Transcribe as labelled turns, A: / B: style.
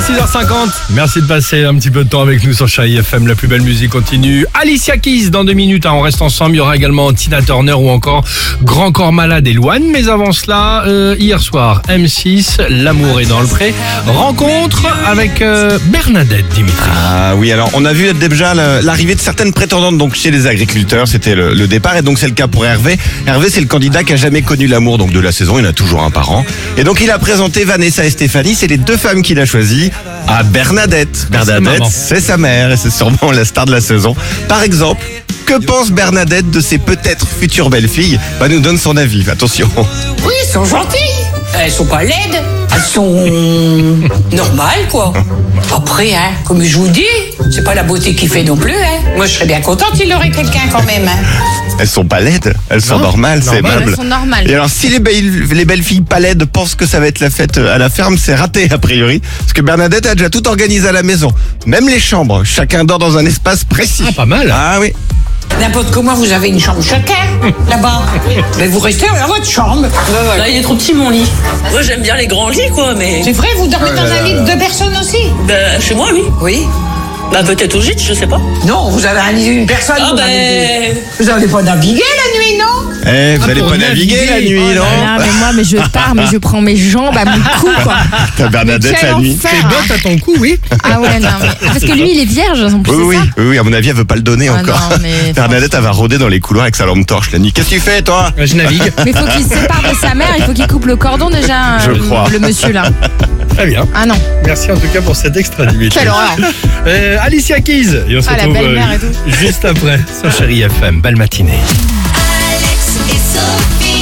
A: 6h50. Merci de passer un petit peu de temps avec nous sur Chérie FM. La plus belle musique continue. Alicia Keys dans deux minutes. hein, on reste ensemble. Il y aura également Tina Turner ou encore Grand Corps Malade et Loane. Mais avant cela, euh, hier soir, M6, L'amour est dans le pré. Rencontre avec euh, Bernadette Dimitri.
B: Ah oui, alors on a vu déjà le- l'arrivée de certaines prétendantes donc chez les agriculteurs, c'était le, le départ et donc c'est le cas pour Hervé. Hervé c'est le candidat qui a jamais connu l'amour donc de la saison, il en a toujours un par an. Et donc il a présenté Vanessa et Stéphanie, c'est les deux femmes qu'il a choisies à Bernadette. Bernadette,
A: maman.
B: c'est sa mère et c'est sûrement la star de la saison. Par exemple, que pense Bernadette de ses peut-être futures belles-filles Bah nous donne son avis, attention.
C: Oui, elles sont gentilles. Elles sont pas laides. Elles sont normales, quoi. Après, hein, comme je vous dis, c'est pas la beauté qui fait non plus. Hein. Moi, je serais bien contente s'il aurait quelqu'un quand même. hein.
B: Elles sont pas laides, elles sont normales, c'est
A: normales.
B: aimable.
D: Elles sont normales.
B: Et alors, si les belles, les belles filles pas laides pensent que ça va être la fête euh, à la ferme, c'est raté a priori, parce que Bernadette a déjà tout organisé à la maison, même les chambres. Chacun dort dans un espace précis.
A: Pas mal.
B: Ah oui.
C: N'importe comment, vous avez une chambre chacun, là-bas. Mais vous restez dans votre chambre.
E: Là, il est trop petit mon lit. Moi, j'aime bien les grands lits, quoi, mais.
C: C'est vrai, vous dormez dans un lit de deux personnes aussi
E: Bah, chez moi, oui.
C: Oui.
E: Bah, peut-être au gîte, je sais pas.
C: Non, vous avez un lit d'une personne.
E: Ah,
C: vous
E: bah.
C: n'avez- Vous n'avez pas navigué la nuit, non
B: Eh, vous
A: Ah,
B: allez
A: pour
B: pas naviguer, la
A: naviguer.
B: nuit,
A: Oh là
B: non
D: Voilà, mais moi, mais je pars, mais je prends mes jambes à mon cou, quoi.
B: Ah, T'as Bernadette
D: Quel
B: la nuit.
D: enfer,
A: Tes bottes à ton cou, oui.
D: Ah ouais, non, mais- Parce que lui, il est vierge, en plus,
B: Oui,
D: c'est
B: oui,
D: ça
B: oui, oui, à mon avis, elle veut pas le donner
D: Ah
B: encore.
D: non, mais
B: Bernadette, elle va rôder dans les couloirs avec sa lampe torche la nuit. Qu'est-ce que tu fais, toi
A: Euh, Je navigue.
D: Mais faut qu'il se sépare de sa mère, il faut qu'il coupe le cordon déjà,
B: Je
D: euh,
B: crois.
D: le monsieur là.
A: Très bien.
D: Ah non,
A: Merci en tout cas pour cet extra, Dimitri.
D: quelle horreur
A: Euh, Alicia Keys. Et on se
D: Ah, la
A: retrouve
D: belle-mère
A: euh,
D: et tout.
A: juste après sur Chérie FM. Belle matinée.
F: Alex et Sophie.